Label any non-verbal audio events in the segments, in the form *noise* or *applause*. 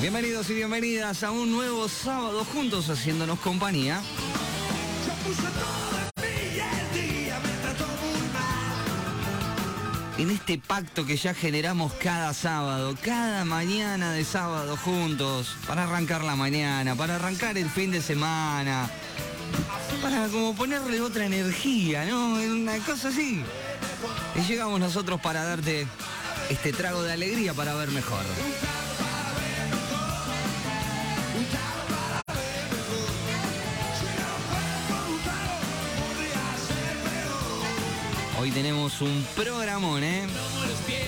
Bienvenidos y bienvenidas a un nuevo sábado juntos haciéndonos compañía. Yo puse todo en mí y el día me trató muy mal. En este pacto que ya generamos cada sábado, cada mañana de sábado juntos, para arrancar la mañana, para arrancar el fin de semana, para como ponerle otra energía, ¿no? Una cosa así. Y llegamos nosotros para darte este trago de alegría para ver mejor. Hoy tenemos un programón, ¿eh? Como los pies,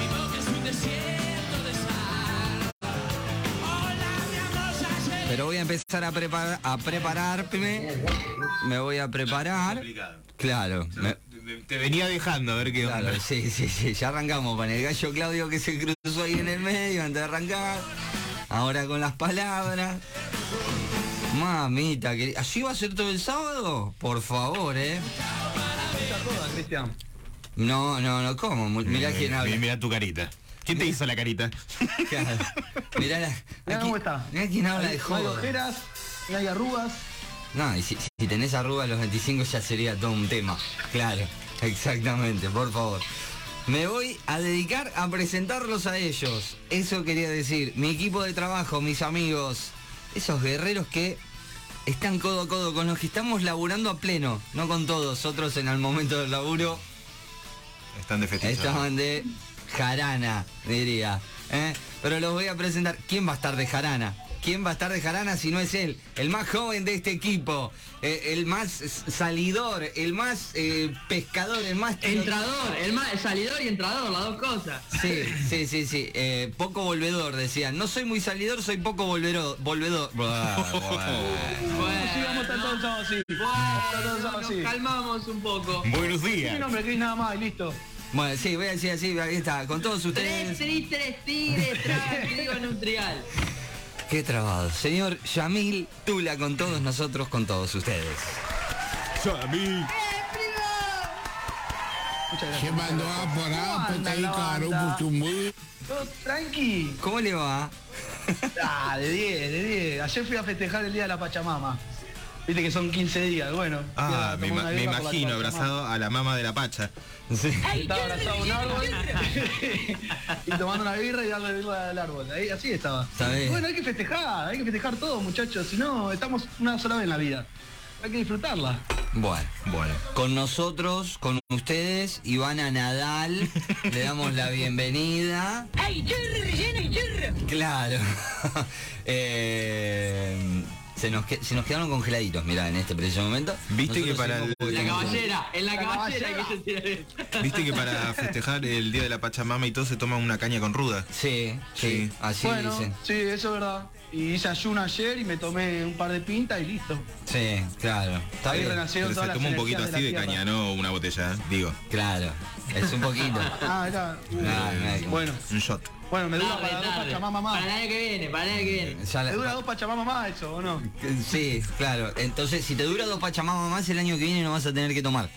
mi boca es un desierto de sal. Hola, mi amor, ya llegué. Pero voy a empezar a, preparar, a prepararme. Me voy a preparar. Complicado. Claro. me- Me- Te venía dejando a ver qué Claro, onda. sí, sí, sí, ya arrancamos con el gallo Claudio que se cruzó ahí en el medio antes de arrancar. Ahora con las palabras. Mamita, querida. ¿Así va a ser todo el sábado? Por favor, eh. No, no, no, ¿cómo? Mu- Mirá Mi- quién Eh, mi- habla. Mirá tu carita. ¿Quién te hizo la carita? Claro. Mirá, la, Mirá aquí- cómo está. mirá quién habla Hay- de No hay joven. ojeras, no hay arrugas. No, y si, si tenés arruga a los 25 ya sería todo un tema. Claro, *laughs* exactamente, por favor. Me voy a dedicar a presentarlos a ellos. Eso quería decir. Mi equipo de trabajo, mis amigos. Esos guerreros que están codo a codo con los que estamos laburando a pleno. No con todos. Otros en el momento del laburo *laughs* Están de fetiche. estaban de jarana, diría. ¿eh? Pero los voy a presentar. ¿Quién va a estar de jarana? ¿Quién va a estar de jarana si no es él? El más joven de este equipo, eh, el más s- salidor, el más eh, pescador, el más... Entrador, el más, salidor y entrador, las dos cosas. Sí, sí, sí, sí. eh, poco volvedor, decían. No soy muy salidor, soy poco volvero, volvedor. Bueno, Sí, vamos a estar todos sábados así. Ah, bueno, todos nos así. calmamos un poco. Buenos Mi días. nombre, Cris, nada más y listo. *laughs* Bueno, sí, voy a decir así, ahí está. Con todos Tres ustedes... tristes tigres *laughs* tragan trigo en un trial. Qué trabado. Señor Yamil Tula, con todos nosotros, con todos ustedes. Yamil. Muchas gracias. ¿Qué mandó a por ¿Cómo ahí? Pues anda ahí la caro, banda? pues, tú muy- Todo tranqui. ¿Cómo le va? Ah, de 10, de 10. Ayer fui a festejar el día de la Pachamama. Viste que son 15 días, bueno. fui Ah, a tomar me, una ima- me birra por la imagino Pachamama. abrazado a la mamá de la pacha. Estaba abrazado a un árbol *laughs* y tomando una birra y darle birra al árbol. Ahí, así estaba. Está bien. Bueno, hay que festejar, hay que festejar todo, muchachos. Si no, estamos una sola vez en la vida. Hay que disfrutarla. Bueno, Bueno. con nosotros, con ustedes, Ivana *laughs* Nadal, le damos la bienvenida. ¡Ay, churro, relleno y churro! Claro. *laughs* Eh, se, nos que- se nos quedaron congeladitos, mirá, en este preciso momento. Viste que para seguimos el- La publicando. caballera, en la La caballera caballera. que se tira esto. Viste que *laughs* para festejar el día de la Pachamama y todo se toma una caña con ruda. Sí, sí, Sí. así bueno, dicen. sí, eso es verdad. Y hice ayuno ayer y me tomé un par de pintas y listo. Sí, claro. Está Ahí bien. renació. Pero todas se las toma un poquito energías así de de la caña, tierra. no una botella, ¿eh? digo. Claro. Es un poquito. Ah, era. Nah, nah, nah. bueno, Un shot. bueno, me dura Tarde, para dos tarde. pachamamas Para el más. año que viene, para el año que viene. Ya la- Me dura dos pachamamas más eso, ¿o no? Sí, claro. Entonces, si te dura dos pachamamas más, el año que viene no vas a tener que tomar.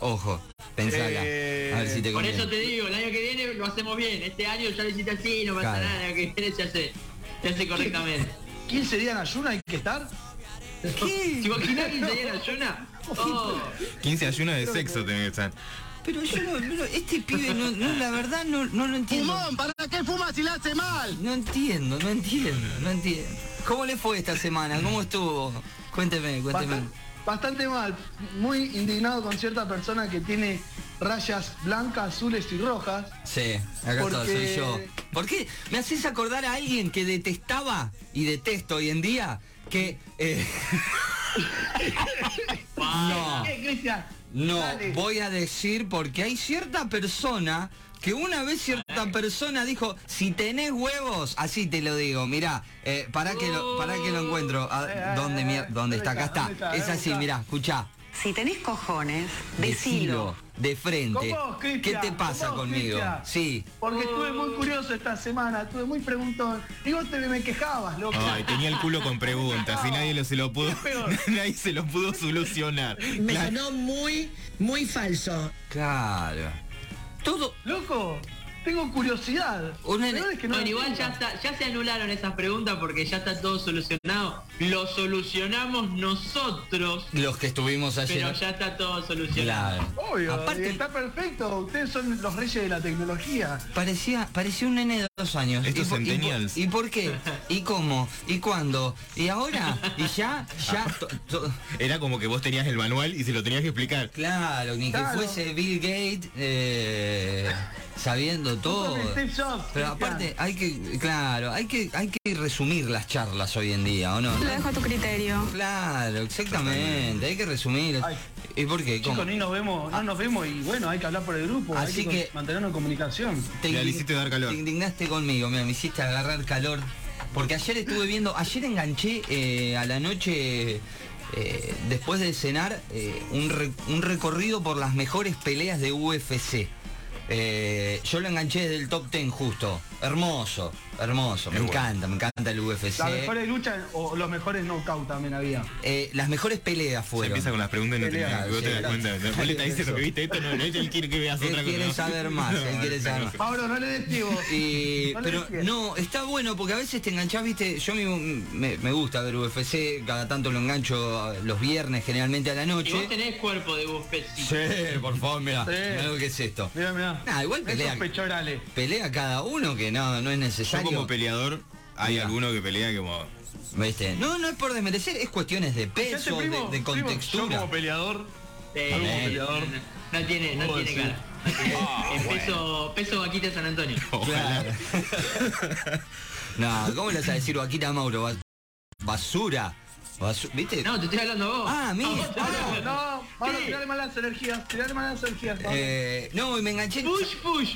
Ojo, pensala. Eh, a ver si te Por conviene. eso te digo, el año que viene lo hacemos bien. Este año ya lo hiciste así, no pasa Claro. nada. El año que viene se hace, se *laughs* hace correctamente. 15 días en ayuno hay que estar. ¿Te imaginas que se diera ayuna? Oh. 15 ayunos de sexo tenés que estar. Pero yo no, no- este pibe, no, no, la verdad no, no lo entiendo. ¿para qué fuma si le hace mal? No entiendo, no entiendo, no entiendo. ¿Cómo le fue esta semana? ¿Cómo estuvo? Cuénteme, cuénteme. Bastante, bastante mal. Muy indignado con cierta persona que tiene rayas blancas, azules y rojas. Sí, acá está, soy Porque- yo. ¿Por qué me haces acordar a alguien que detestaba y detesto hoy en día? Que... eh, *laughs* no. ¿Qué, Cristian? No, Dale. voy a decir porque hay cierta persona que una vez cierta persona dijo, si tenés huevos, así te lo digo, mirá, eh, para que lo, para que lo encuentro. Ah, Eh, eh, ¿Dónde eh, mier- dónde ¿dónde está? Acá está? está. ¿Dónde está? Es ¿Dónde así, está? mirá, escuchá. Si tenés cojones, Decilo, decilo. de Con frente. vos, ¿Qué Cristian, te con pasa vos, conmigo? Cristian. Sí. Porque estuve muy curioso esta semana, estuve muy preguntón. Y vos te me quejabas, loco. Ay, tenía el culo con preguntas y nadie lo, se lo pudo. peor. *laughs* nadie se lo pudo solucionar. Me Claro. sonó muy, muy falso. Claro. Todo, Loco, Tengo curiosidad. Una- La verdad es que no- Bueno, igual ya, está- ya se anularon esas preguntas porque ya está todo solucionado. Lo solucionamos nosotros, Los que estuvimos ayer. pero ya está todo solucionado. Claro. Obvio, Aparte, está perfecto. Ustedes son los reyes de la tecnología. Parecía, parecía un nene de dos años. Estos ¿Y por- y por- centennials. ¿Y, por qué? ¿Y cómo? ¿Y cuándo? ¿Y ahora? ¿Y ya? ¿Ya? Ah. To- to- Era como que vos tenías el manual y se lo tenías que explicar. claro, ni que Claro. fuese Bill Gates eh, sabiendo todo. Son Steve Jobs, Pero Cristian. aparte, hay que, claro, hay que, hay que resumir las charlas hoy en día, ¿o no? Lo dejo a tu criterio. Claro, exactamente, hay que resumir. Ay. ¿Y por qué? ¿Cómo? Chicos, ni nos vemos, no nos vemos y bueno, hay que hablar por el grupo, Así hay que, que- con- mantenernos en comunicación. Te Le indign- hiciste dar calor. Te indignaste conmigo, mira, me hiciste agarrar calor. Porque ayer estuve viendo, ayer enganché eh, a la noche, eh, después de cenar, eh, un, re- un recorrido por las mejores peleas de UFC. Eh, yo lo enganché desde el top 10 justo. Hermoso, hermoso. Me Es bueno. encanta, me encanta el UFC. Las mejores luchas o los mejores knockout también había. Eh, las mejores peleas Se fueron. empieza con las preguntas y no Pelea, tenés- vos te das sí, cuenta. claro. Vos le te dices lo que viste esto, no, no, él quiere que veas Él otra cosa. quiere *laughs* saber más, él quiere saber más. Pablo, no le destigo. Y- *laughs* No le pero decía. no, está bueno porque a veces te enganchás, viste, yo me, me- me gusta ver UFC, cada tanto lo engancho a- los viernes generalmente a la Y vos noche. tenés cuerpo de bufecito. Sí, por favor, mira, Sí. lo que es esto. Mirá, mirá. Nah, igual Esos pelea. pechorales. Pelea cada uno que no, no es Yo necesario. como peleador, hay Mira. alguno que pelea que como... ¿Viste? No, no es por desmerecer, es cuestiones de Fíjate, peso, de- primo, de, primo, Yo contextura. como peleador, Sí, Algún no, peleador. no, no tiene, no Puedo tiene decir. Ah, cara. *laughs* No tiene. En peso, peso vaquita *laughs* San Antonio. Claro. *laughs* Ojalá. no, ¿cómo le vas a decir vaquita Mauro? Bas- Basura. Basu- ¿Viste? No, te estoy hablando a vos. Ah, a mí. A vos te Ah, estoy hablando. no, Pablo, Sí. tirale malas energías, tirale malas energías. Pablo. Eh, no, y me enganché. Push, push.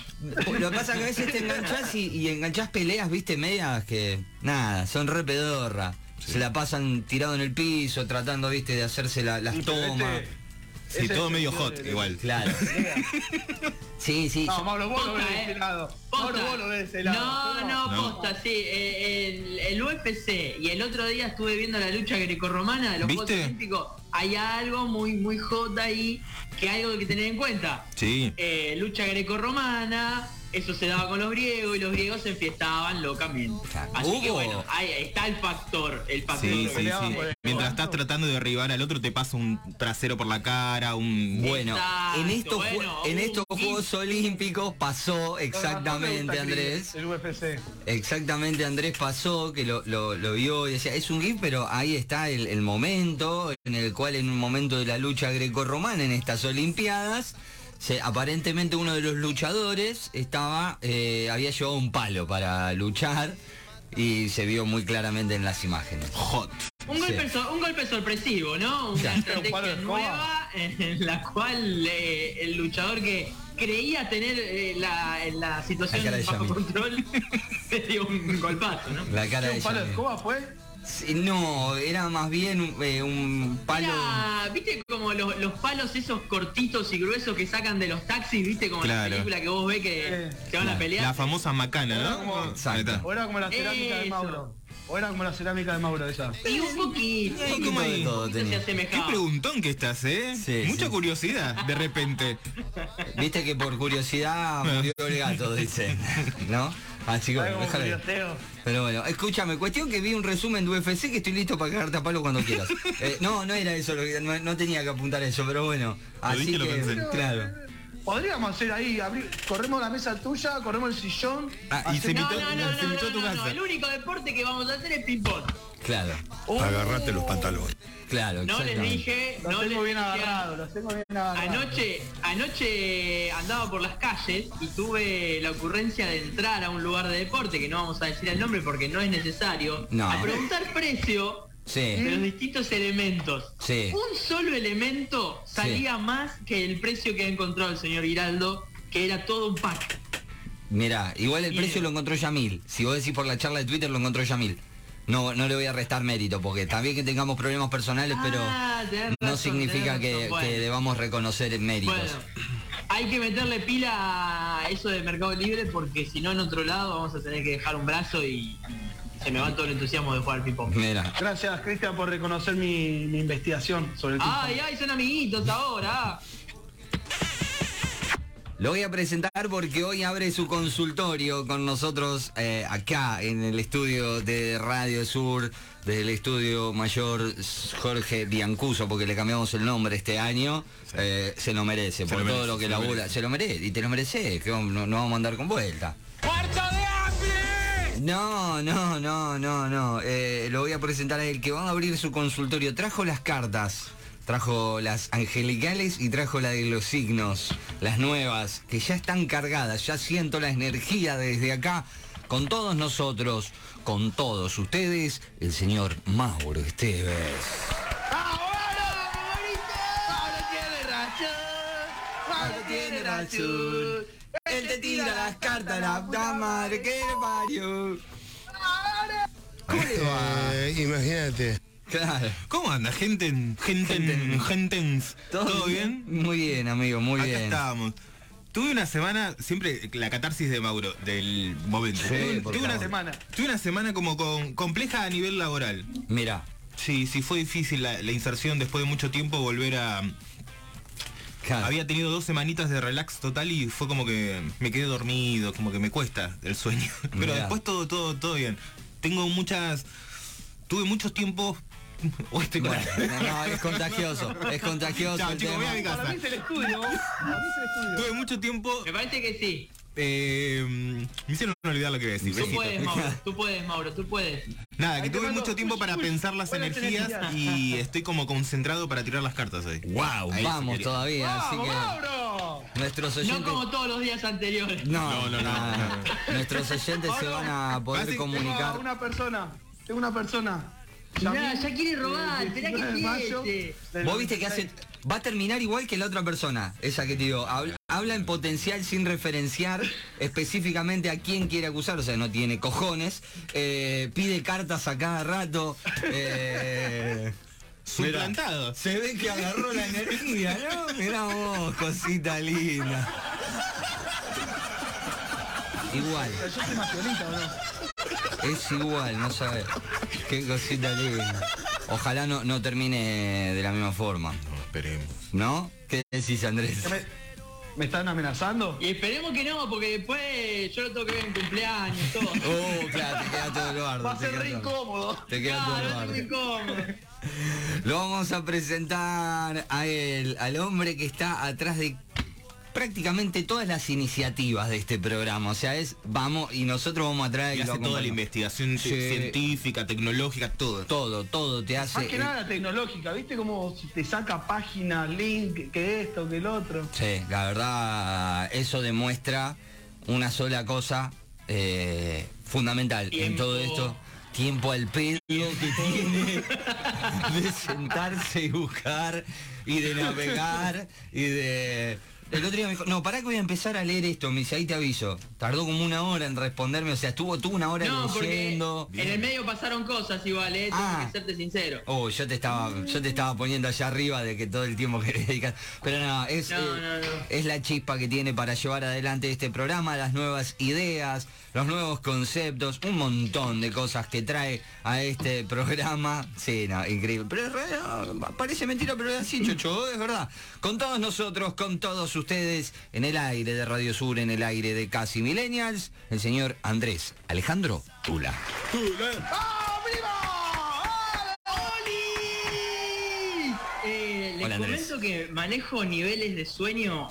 Lo que pasa es que a veces te enganchás y, y enganchás peleas, viste, medias que nada, son re pedorra. Se la pasan tirado en el piso, tratando, viste, de hacerse la- las Y pero este- tomas. Sí, ese todo es medio el- hot, el- igual. *laughs* Claro. Sí, sí. No, Pablo, vos lo ves Posta, de eh. ese lado. Pablo, Posta. vos lo ves de ese lado. No, no, No. posta, sí. eh, el, el UFC y el otro día estuve viendo la lucha grecorromana de los ¿Viste? Juegos Olímpicos. Hay algo muy, muy jota ahí que hay algo que tener en cuenta. Sí. Eh, lucha grecorromana, eso se daba con los griegos y los griegos se enfiestaban locamente. Claro. Así que Hubo- bueno, ahí está el factor, el factor. Sí, Cuando sí, peleaban sí. por el- Mientras estás tratando de derribar al otro, te pasa un trasero por la cara, un... Bueno, en estos, Exacto, jue- bueno, en uh, un estos gif. Juegos Olímpicos pasó Con razón me gusta exactamente, el- Andrés. El UFC. Exactamente, Andrés pasó, que lo, lo- lo vio y decía, es un GIF, pero ahí está el, el momento en el cual en un momento de la lucha grecorromana en estas Olimpiadas, se- aparentemente uno de los luchadores estaba, eh, había llevado un palo para luchar y se vio muy claramente en las imágenes. Hot. Un golpe, Sí. sor- un golpe sorpresivo, ¿no? Una Claro. Un palo de estrategia escoba. nueva en la cual eh, el luchador que creía tener eh, la, la situación La cara de bajo Yami. control *laughs* se dio un golpazo, ¿no? La cara de ¿Un palo de Yamil. eh. escoba fue? Sí, No, era más bien un, eh, un palo... Era, ¿Viste como los, los palos esos cortitos y gruesos que sacan de los taxis? ¿Viste como la Claro. película que vos ves que Sí. se van a La- pelear? La famosa macana, Era como- ¿no? Exacto. Ahí está. O era como la cerámica de Eso. Mauro. O era como la cerámica de Mauro esa. Y un poquito, Un un poquito de ahí. todo poquito se tenía. Qué asemejaba. preguntón que estás, ¿eh? Sí, Mucha sí. curiosidad, *laughs* de repente. Viste que por curiosidad murió el gato, dicen, ¿no? Así que bueno, Era como déjalo ahí. curioseo. Pero bueno, escúchame, cuestión que vi un resumen de UFC que estoy listo para cagarte a palo cuando quieras. Eh, no, no era eso, lo que- no, no tenía que apuntar eso, pero bueno. Así dije, que, lo pensé. claro. Podríamos hacer ahí, abrir, corremos la mesa tuya, corremos el sillón. Ah, y se No, invitó, no, no, se no, invitó a tu no, no, no. casa. El único deporte que vamos a hacer es ping-pong. Claro, Agarrate los pantalones. ¿eh? claro. No les exactamente. dije, Los no les tengo bien dije agarrados, los tengo bien agarrados. Anoche, anoche andaba por las calles y tuve la ocurrencia de entrar a un lugar de deporte, que no vamos a decir el nombre porque no es necesario, No. a preguntar precio de Sí, los distintos elementos. Sí. Un solo elemento salía más que el precio que ha encontrado el señor Giraldo, que era todo un pack. mira, igual el Bien. precio lo encontró Yamil. Si vos decís por la charla de Twitter, lo encontró Yamil. No, no le voy a restar mérito, porque también que tengamos problemas personales, pero Ah, tenés no razón, significa tenés que, razón. Bueno. que debamos reconocer méritos. Bueno, *clears throat* hay que meterle pila a eso de Mercado Libre porque si no en otro lado vamos a tener que dejar un brazo y se me va todo el entusiasmo de jugar al ping-pong. Mira. Gracias, Cristian, por reconocer mi, mi investigación sobre el Ay, ay, son amiguitos ahora. Lo voy a presentar porque hoy abre su consultorio con nosotros eh, acá en el estudio de Radio Sur, del estudio mayor Jorge Biancuso, porque le cambiamos el nombre este año. Eh, se lo merece, Se por lo merece, todo lo que se lo labura. merece. se lo merece, y te lo mereces, que no, no vamos a andar con vuelta. ¡Muerto de hambre! No, no, no, no, no. Eh, lo voy a presentar a él que va a abrir su consultorio. Trajo las cartas, trajo las angelicales y trajo la de los signos, las nuevas, que ya están cargadas. Ya siento la energía desde acá con todos nosotros, con todos ustedes, el señor Mauro Esteves. Ahora tiene razón, Mauro tiene razón. Él te tira las cartas, la puta madre que le parió. Eh, imagínate. Claro. ¿Cómo anda? Gente, gente, Genten. gentens. ¿Todo bien? Muy bien, amigo, muy Acá bien. estábamos. Tuve una semana, siempre la catarsis de Mauro, del momento. Sí, tuve, por tuve una favor. semana. Tuve una semana como con, compleja a nivel laboral. Mira, Sí, sí, fue difícil la, la inserción después de mucho tiempo volver a... claro. Había tenido dos semanitas de relax total y fue como que me quedé dormido, como que me cuesta el sueño. *laughs* Pero Mirá. después todo, todo, todo bien. Tengo muchas... Tuve muchos *laughs* tiempos... Hoy estoy con- Bueno, *laughs* no, no, es contagioso, es contagioso. Chao, el chicos, tema. voy a mi Para casa. mí es el estudio. *laughs* Para mí es el estudio. Tuve mucho tiempo... Me parece que sí. eh, me hicieron olvidar lo que iba a decir. Tú Besito. *laughs* puedes, Mauro. Tú puedes, Mauro. Tú puedes. Nada, que Ahí te tuve mando- mucho tiempo para uy, pensar las buenas energías energías. *laughs* y estoy como concentrado para tirar las cartas hoy. Wow, Ahí vamos sí quería. todavía, así ¡Vamos, que Mauro! nuestros oyentes. No como todos los días anteriores. no, No, no, no, nada. no, Nuestros oyentes se van a poder Casi- comunicar. Tengo una persona, tengo una persona. Mirá, ya quiere robar, esperá que siete. Vos viste que hace. Va a terminar igual que la otra persona, esa que te digo. Habla, habla en potencial sin referenciar específicamente a quién quiere acusar, o sea, no tiene cojones. eh, pide cartas a cada rato. eh, Suplantado. se ve que agarró la energía, ¿no? Mirá vos, cosita linda. Igual, Yo soy más violenta, ¿o no? es igual, no sabes. Qué cosita linda. Ojalá no, no termine de la misma forma. No, esperemos. ¿No? ¿Qué decís, Andrés? *laughs* ¿Me, me están amenazando? Y esperemos que no, porque después yo lo tengo que ver en cumpleaños, *laughs* todo. Oh, claro, te queda todo el bardo. Va a te ser queda re todo. incómodo. Oh, Te queda todo el Claro, no bardo. te incómodo. Lo vamos a presentar a él, al hombre que está atrás de prácticamente todas las iniciativas de este programa. O sea, es vamos y nosotros vamos a traer Y y lo hace toda la acompañamos. investigación Sí. ci- científica, tecnológica, todo. Todo, todo te hace. Más que nada tecnológica, ¿viste? Como te saca página, link, que esto, que el otro. Sí, la verdad, eso demuestra una sola cosa eh, fundamental en Tiempo. todo esto. Tiempo al pedo que *laughs* tiene de sentarse y buscar y de navegar y de... El otro día me dijo, no, pará que voy a empezar a leer esto, me dice, ahí te aviso. Tardó como una hora en responderme, o sea, estuvo tú una hora No, porque leyendo. en el medio pasaron cosas igual, eh, tengo Ah. que serte sincero. Oh, yo te estaba, yo te estaba poniendo allá arriba de que todo el tiempo que le dedicas. Pero no, es, No, eh, no, no. es la chispa que tiene para llevar adelante este programa, las nuevas ideas, los nuevos conceptos, un montón de cosas que trae a este programa. Sí, no, increíble. Pero es re- no, parece mentira, pero es así, chocho, es verdad. Con todos nosotros, con todos ustedes, en el aire de Radio Sur, en el aire de Casi Millennials, el señor Andrés Alejandro Tula. Eh, les Hola, Andrés. comento que manejo niveles de sueño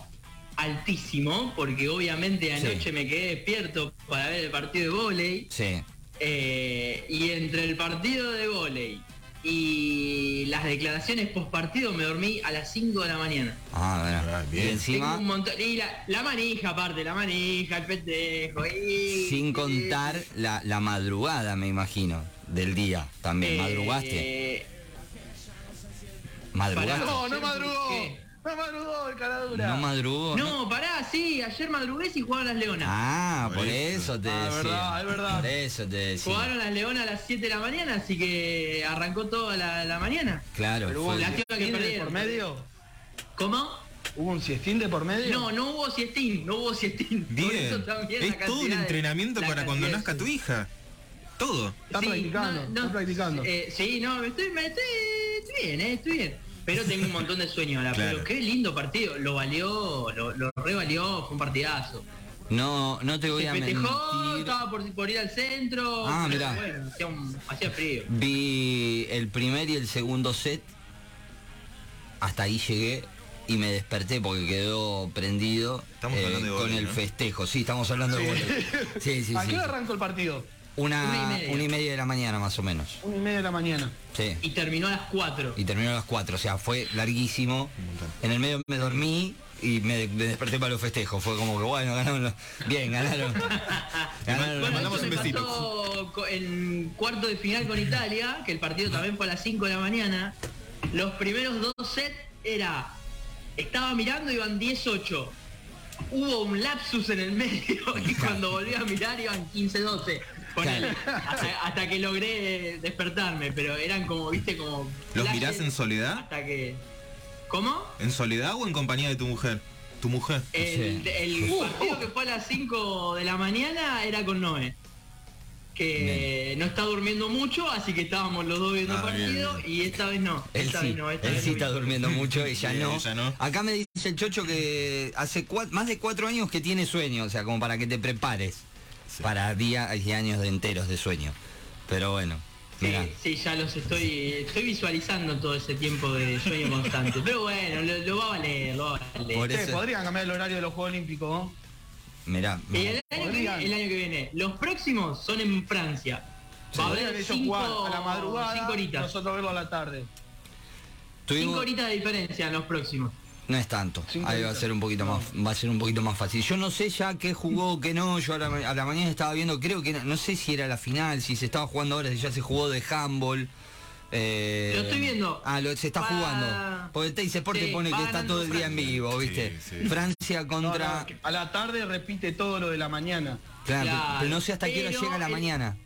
altísimo, porque obviamente anoche Sí. me quedé despierto para ver el partido de vóley. Sí. Eh, y entre el partido de vóley y las declaraciones post partido me dormí a las 5 de la mañana. Ah, bueno. Ah, Y bien. encima. Tengo un montón. Y la, la manija aparte, la manija, el pendejo. y- Sin contar la, la madrugada, me imagino, del día también. Eh, ¿Madrugaste? pará, ¿Madrugaste? No, no ayer madrugó. busqué. No madrugó el caradura. ¿No madrugó? No, pará, sí, ayer madrugué y jugaron las leonas. Ah, por Por eso te Ah, es decía. verdad, es verdad. Por eso te decía. Jugaron las leonas a las 7 de la mañana, así que arrancó toda la, la mañana. Claro, Pero hubo fue- un la siestín activa que de perdieron. por medio. ¿Cómo? ¿Hubo un siestín de por medio? No, no hubo siestín, no hubo siestín. *laughs* Por eso Bien. también la Es todo un cantidad de- entrenamiento la para cuando cantidad de- nazca tu hija. Todo. Está Sí, practicando, no, no, está practicando. eh, sí, no, estoy, me- estoy- estoy bien, eh, estoy bien. Pero tengo un montón de sueños ahora. Claro. Pero qué lindo partido. Lo valió, lo, lo revalió, fue un partidazo. No, no te voy Se a festejó, mentir. estaba por, por ir al centro. Ah, pero mirá. Bueno, hacía, un- hacía frío. Vi el primer y el segundo set. Hasta ahí llegué y me desperté porque quedó prendido eh, Estamos hablando de con vóley, el ¿no? festejo. Sí, estamos hablando de vóley. Sí, sí, ¿A sí. qué hora arrancó el partido? Una, Una y una y media. media de la mañana más o menos. Una y media de la mañana. Sí. Y terminó a las 4. Y terminó a las 4, o sea, fue larguísimo. En el medio me dormí y me, de- me desperté para los festejos. Fue como que bueno, ganaron los- Bien, *laughs* ganaron. Ganaron los- Bueno, mandamos eso un me besito. pasó co- en cuarto de final con Italia, que el partido también fue a las 5 de la mañana. Los primeros dos sets era. Estaba mirando, iban 10-8. Hubo un lapsus en el medio *laughs* y cuando volví a mirar iban 15-12. Ponele, hasta, hasta que logré despertarme, pero eran como, viste, como. ¿Los flashes mirás en soledad? Hasta que. ¿Cómo? ¿En soledad o en compañía de tu mujer? Tu mujer. El, Sí. el partido que fue a las 5 de la mañana era con Noé. Que no está durmiendo mucho, así que estábamos los dos viendo el Ah, bien, partido y esta vez no. Él Esta sí, vez no, esta él vez sí no está vi. durmiendo mucho, *laughs* ella Sí, no. ella no. Acá me dice el chocho que hace cua- más de cuatro años que tiene sueño, o sea, como para que te prepares para días y años de enteros de sueño. Pero bueno, Sí, mirá. sí, ya los estoy, estoy visualizando todo ese tiempo de sueño constante. Pero bueno, lo, lo va a valer, lo va a valer. Por Che, eso- podrían cambiar el horario de los Juegos Olímpicos, ¿no? Mirá, Y mirá. el año, que viene, el año que viene, los próximos son en Francia. Va a Podrían haber ellos jugar cinco, a la madrugada, cinco horitas. nosotros verlo a la tarde. Tuvimos- Cinco horitas de diferencia en los próximos. No es tanto. Cinco Ahí va a minutos. ser un poquito más, va a ser un poquito más fácil. Yo no sé ya qué jugó, qué no. Yo a la, ma- a la mañana estaba viendo, creo que era- no sé si era la final, si se estaba jugando ahora, si ya se jugó de handball. Eh, Lo estoy viendo. Ah, lo, se está Va- jugando. Porque Teis Sport te Sí, pone va que está ganando todo el día en Francia. vivo, ¿viste? Sí, sí. Francia No, contra. no, que a la tarde repite todo lo de la mañana. Claro, Claro, pero no sé hasta qué hora pero llega la el- mañana.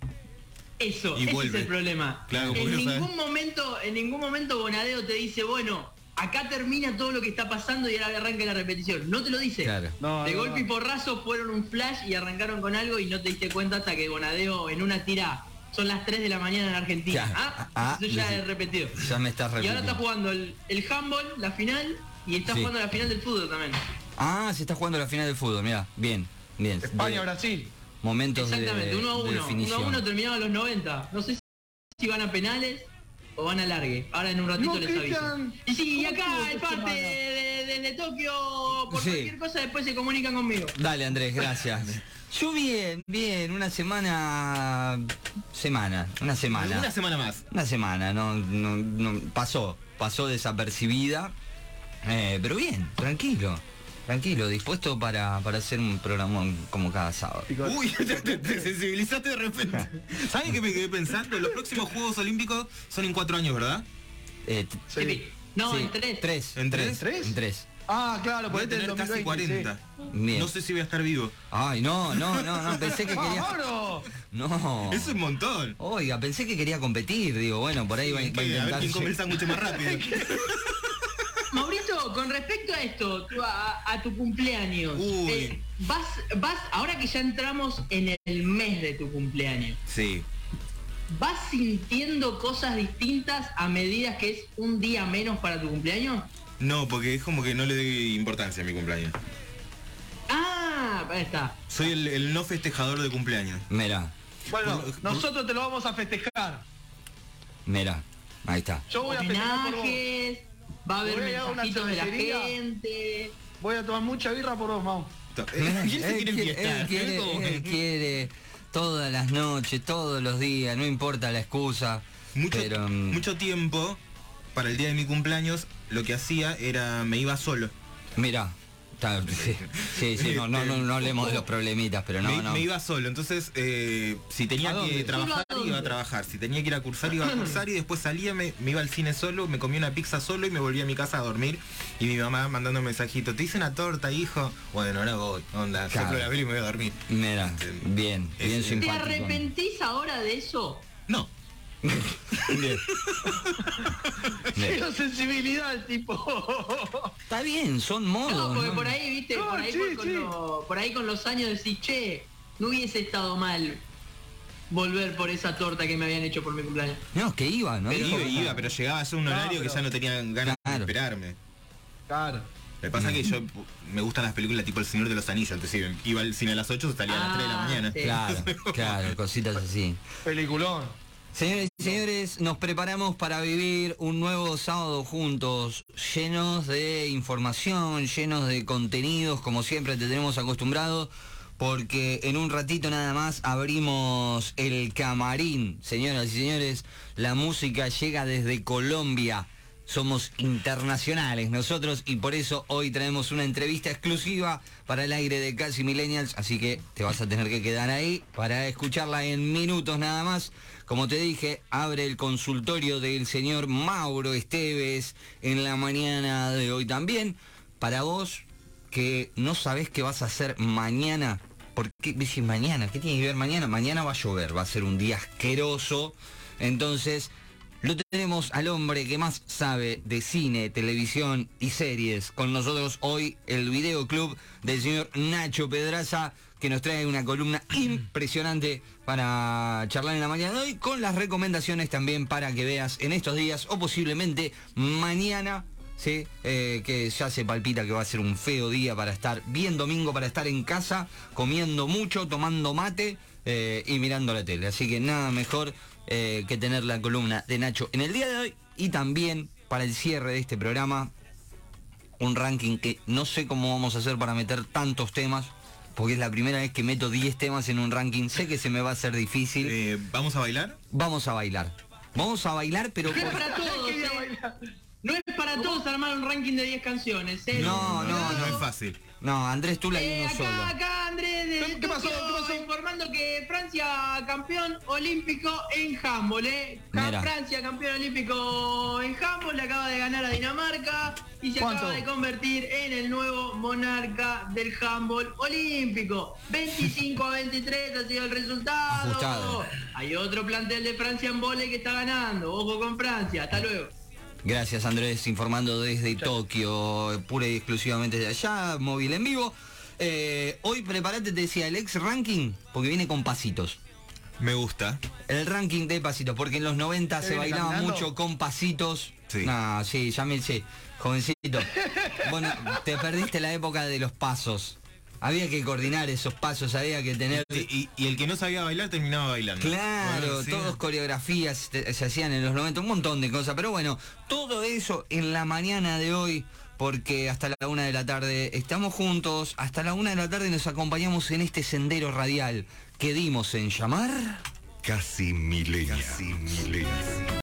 Eso, Y ese vuelve. es el problema. Claro, en porque no ningún sabes. momento, en ningún momento Bonadeo te dice, bueno, acá termina todo lo que está pasando y ahora arranca la repetición. No te lo dice. Claro. No, de no, golpe no. y porrazo fueron un flash y arrancaron con algo y no te diste cuenta hasta que Bonadeo en una tira son las 3 de la mañana en Argentina. Claro. Ah, Ah, eso ya sí. es repetido. Ya me estás Y repitiendo. ahora está jugando el, el handball, la final, y está Sí. jugando la final del fútbol también. Ah, se está jugando la final del fútbol, mira. Bien, bien. De- España-Brasil. Momentos de, Exactamente, uno a de uno. Uno a definición. uno terminaba los 90. No sé si van a penales o van a largue. Ahora en un ratito No, les aviso. Cristian. Y sí, y ¿Cómo estuvo acá el esta parte semana? de, de- de Tokio, por Sí. cualquier cosa después se comunican conmigo. Dale Andrés, *laughs* gracias. Yo bien, bien, una semana... Semana, una semana. Una semana más. Una semana, no, no, no- pasó, pasó desapercibida, eh, pero bien, tranquilo, tranquilo, dispuesto para, para hacer un programa como cada sábado. Uy, *laughs* te, te- te sensibilizaste de repente. ¿Saben qué me quedé pensando? Los próximos Juegos Olímpicos son en cuatro años, ¿verdad? Eh, t- Sí. No, sí, en tres. Tres, ¿En tres, tres? en tres. Ah, claro, Voy a porque tener casi 40. Bien. No sé si voy a estar vivo. Ay, no, no, no, *laughs* no, pensé que quería... ¡Vámonos! No. Eso es un montón. Oiga, pensé que quería competir, digo, bueno, por ahí va, va Hay a que- a ver intentar... quién come el sándwich más rápido. *laughs* Maurito, con respecto a esto, tú- a, a tu cumpleaños, Uy. eh, vas, vas, ahora que ya entramos en el mes de tu cumpleaños, Sí. ¿vas sintiendo cosas distintas a medida que es un día menos para tu cumpleaños? No, porque es como que no le doy importancia a mi cumpleaños. Ah, ahí está. Soy el, el no festejador de cumpleaños. Mira, Bueno, Por- nosotros te lo vamos a festejar. mira, ahí está. Yo voy a festejar por vos. homenajes, va a haber Voy a ir a una mensajitos de la cervecería. gente. Voy a tomar mucha birra por vos, Mau. *laughs* Y él se quiere quiere- enfiestar, él quiere- ¿eh? Como- él quiere todas las noches, todos los días, no importa la excusa. Mucho, pero, mm, mucho tiempo, para el día de mi cumpleaños, lo que hacía era me iba solo. Mira, está- sí, sí, sí, no, no, no, no hablemos de los problemitas, pero no, me, no. me iba solo, entonces eh, si ¿A tenía dónde? que trabajar, ¿Solo a iba dónde? a trabajar. Si tenía que ir a cursar, iba a cursar y después salía, me, me iba al cine solo, me comía una pizza solo y me volvía a mi casa a dormir. Y mi mamá mandando un mensajito, te hice una torta, hijo. Bueno, ahora voy, onda, Claro. soplo la vela y me voy a dormir. Mira, bien, bien Es- ¿Te ¿Te simpático. *laughs* arrepentís ahora de eso? No, Bien. Bien. *laughs* Tiene sensibilidad el tipo. *laughs* Está bien, son No, modos. porque ¿no? por ahí, viste, No, por, ahí sí, con- con sí. lo- por ahí con los años decís, che, no hubiese estado mal volver por esa torta que me habían hecho por mi cumpleaños. No, que iba, ¿no? Pero- Dijo Iba, que- iba, pero llegaba a ser un No, horario pero- que ya no tenían ganas Claro. de esperarme. Claro. Lo que pasa es que yo pu- me gustan las películas tipo El Señor de los Anillos, entonces iba al cine a las 8, salía a las 3 de la Ah, mañana. sí. *laughs* Claro, claro, cositas así. Peliculón. Señores y señores, nos preparamos para vivir un nuevo sábado juntos, llenos de información, llenos de contenidos, como siempre te tenemos acostumbrado, porque en un ratito nada más abrimos el camarín. Señoras y señores, la música llega desde Colombia. Somos internacionales nosotros y por eso hoy traemos una entrevista exclusiva para el aire de Casi Millennials, así que te vas a tener que quedar ahí para escucharla en minutos nada más. Como te dije, abre el consultorio del señor Mauro Esteves en la mañana de hoy también. Para vos que no sabés qué vas a hacer mañana, ¿por qué decís mañana? ¿Qué tiene que ver mañana? Mañana va a llover, va a ser un día asqueroso. Entonces, lo tenemos al hombre que más sabe de cine, televisión y series. Con nosotros hoy el videoclub del señor Nacho Pedraza, que nos trae una columna impresionante para charlar en la mañana de hoy, con las recomendaciones también para que veas en estos días o posiblemente mañana. Sí, eh, que ya se palpita que va a ser un feo día para estar, bien domingo para estar en casa, comiendo mucho, tomando mate eh, y mirando la tele. Así que nada mejor eh, que tener la columna de Nacho en el día de hoy y también para el cierre de este programa, un ranking que no sé cómo vamos a hacer para meter tantos temas, porque es la primera vez que meto 10 temas en un ranking, sé que se me va a hacer difícil. Eh, ¿Vamos a bailar? Vamos a bailar. Vamos a bailar, pero... No es para todos, Quería eh. bailar. No es para todos armar un ranking de 10 canciones, eh. No, no, no no. es fácil. No, Andrés Tula y Eh, uno acá, solo. acá Andrés de ¿Qué- qué pasó? Tokio ¿Qué pasó? informando que Francia campeón olímpico en handball, eh. Ca- Mira. Francia campeón olímpico en handball, le acaba de ganar a Dinamarca y se ¿Cuánto? acaba de convertir en el nuevo monarca del handball olímpico. 25 a 23 ha sido el resultado. Ajustado. Hay otro plantel de Francia en vole que está ganando. Ojo con Francia. Hasta luego. Gracias Andrés, informando desde Tokio, pura y exclusivamente de allá, móvil en vivo. Eh, hoy prepárate, te decía, el ex ranking, porque viene con pasitos. Me gusta. El ranking de pasitos, porque en los 90 se viene bailaba caminando? mucho con pasitos. Sí. Nah, sí, ya me sí, *laughs* jovencito. bueno, te perdiste la época de los pasos. Había que coordinar esos pasos, había que tener... Y, y el que no sabía bailar terminaba bailando. Claro, Bueno, sí. todos coreografías te- se hacían en los 90, un montón de cosas, pero bueno, todo eso en la mañana de hoy, porque hasta la una de la tarde estamos juntos, hasta la una de la tarde nos acompañamos en este sendero radial que dimos en llamar. Casi milenial. Casi milenial.